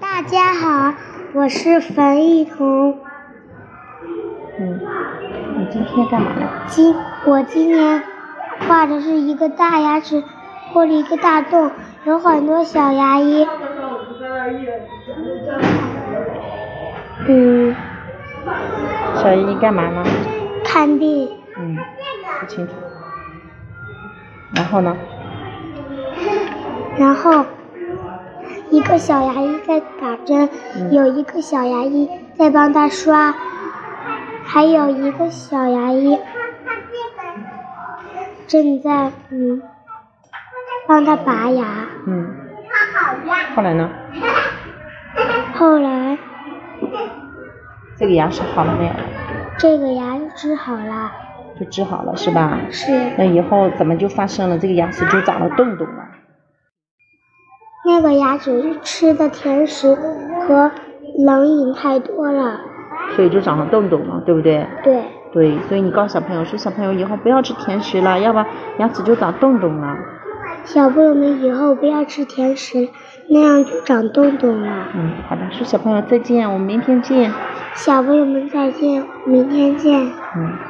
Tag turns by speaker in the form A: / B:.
A: 大家好，我是冯一彤。
B: 嗯，你今天干嘛来？
A: 今我今年画的是一个大牙齿破了一个大洞，有很多小牙医。嗯，
B: 小姨你干嘛呢？
A: 看病。
B: 嗯，不清楚。然后呢？
A: 然后一个小牙医在打针，
B: 嗯
A: 有一个小牙医在帮他刷，还有一个小牙医正在嗯帮他拔牙。
B: 嗯。后来呢？
A: 后来
B: 这个牙齿好了没有？
A: 这个牙治好了，
B: 就治好了是吧？
A: 是
B: 那以后怎么就发生了这个牙齿就长了洞洞了？
A: 那个牙只是吃的甜食和冷饮太多了。
B: 所以就长了洞洞了，对不对？
A: 对，
B: 对，所以你告诉小朋友说，小朋友以后不要吃甜食了，要不然牙齿就长洞洞了。
A: 小朋友们以后不要吃甜食，那样就长洞洞了。
B: 嗯，好的，说小朋友再见，我们明天见。
A: 小朋友们再见，明天见。
B: 嗯。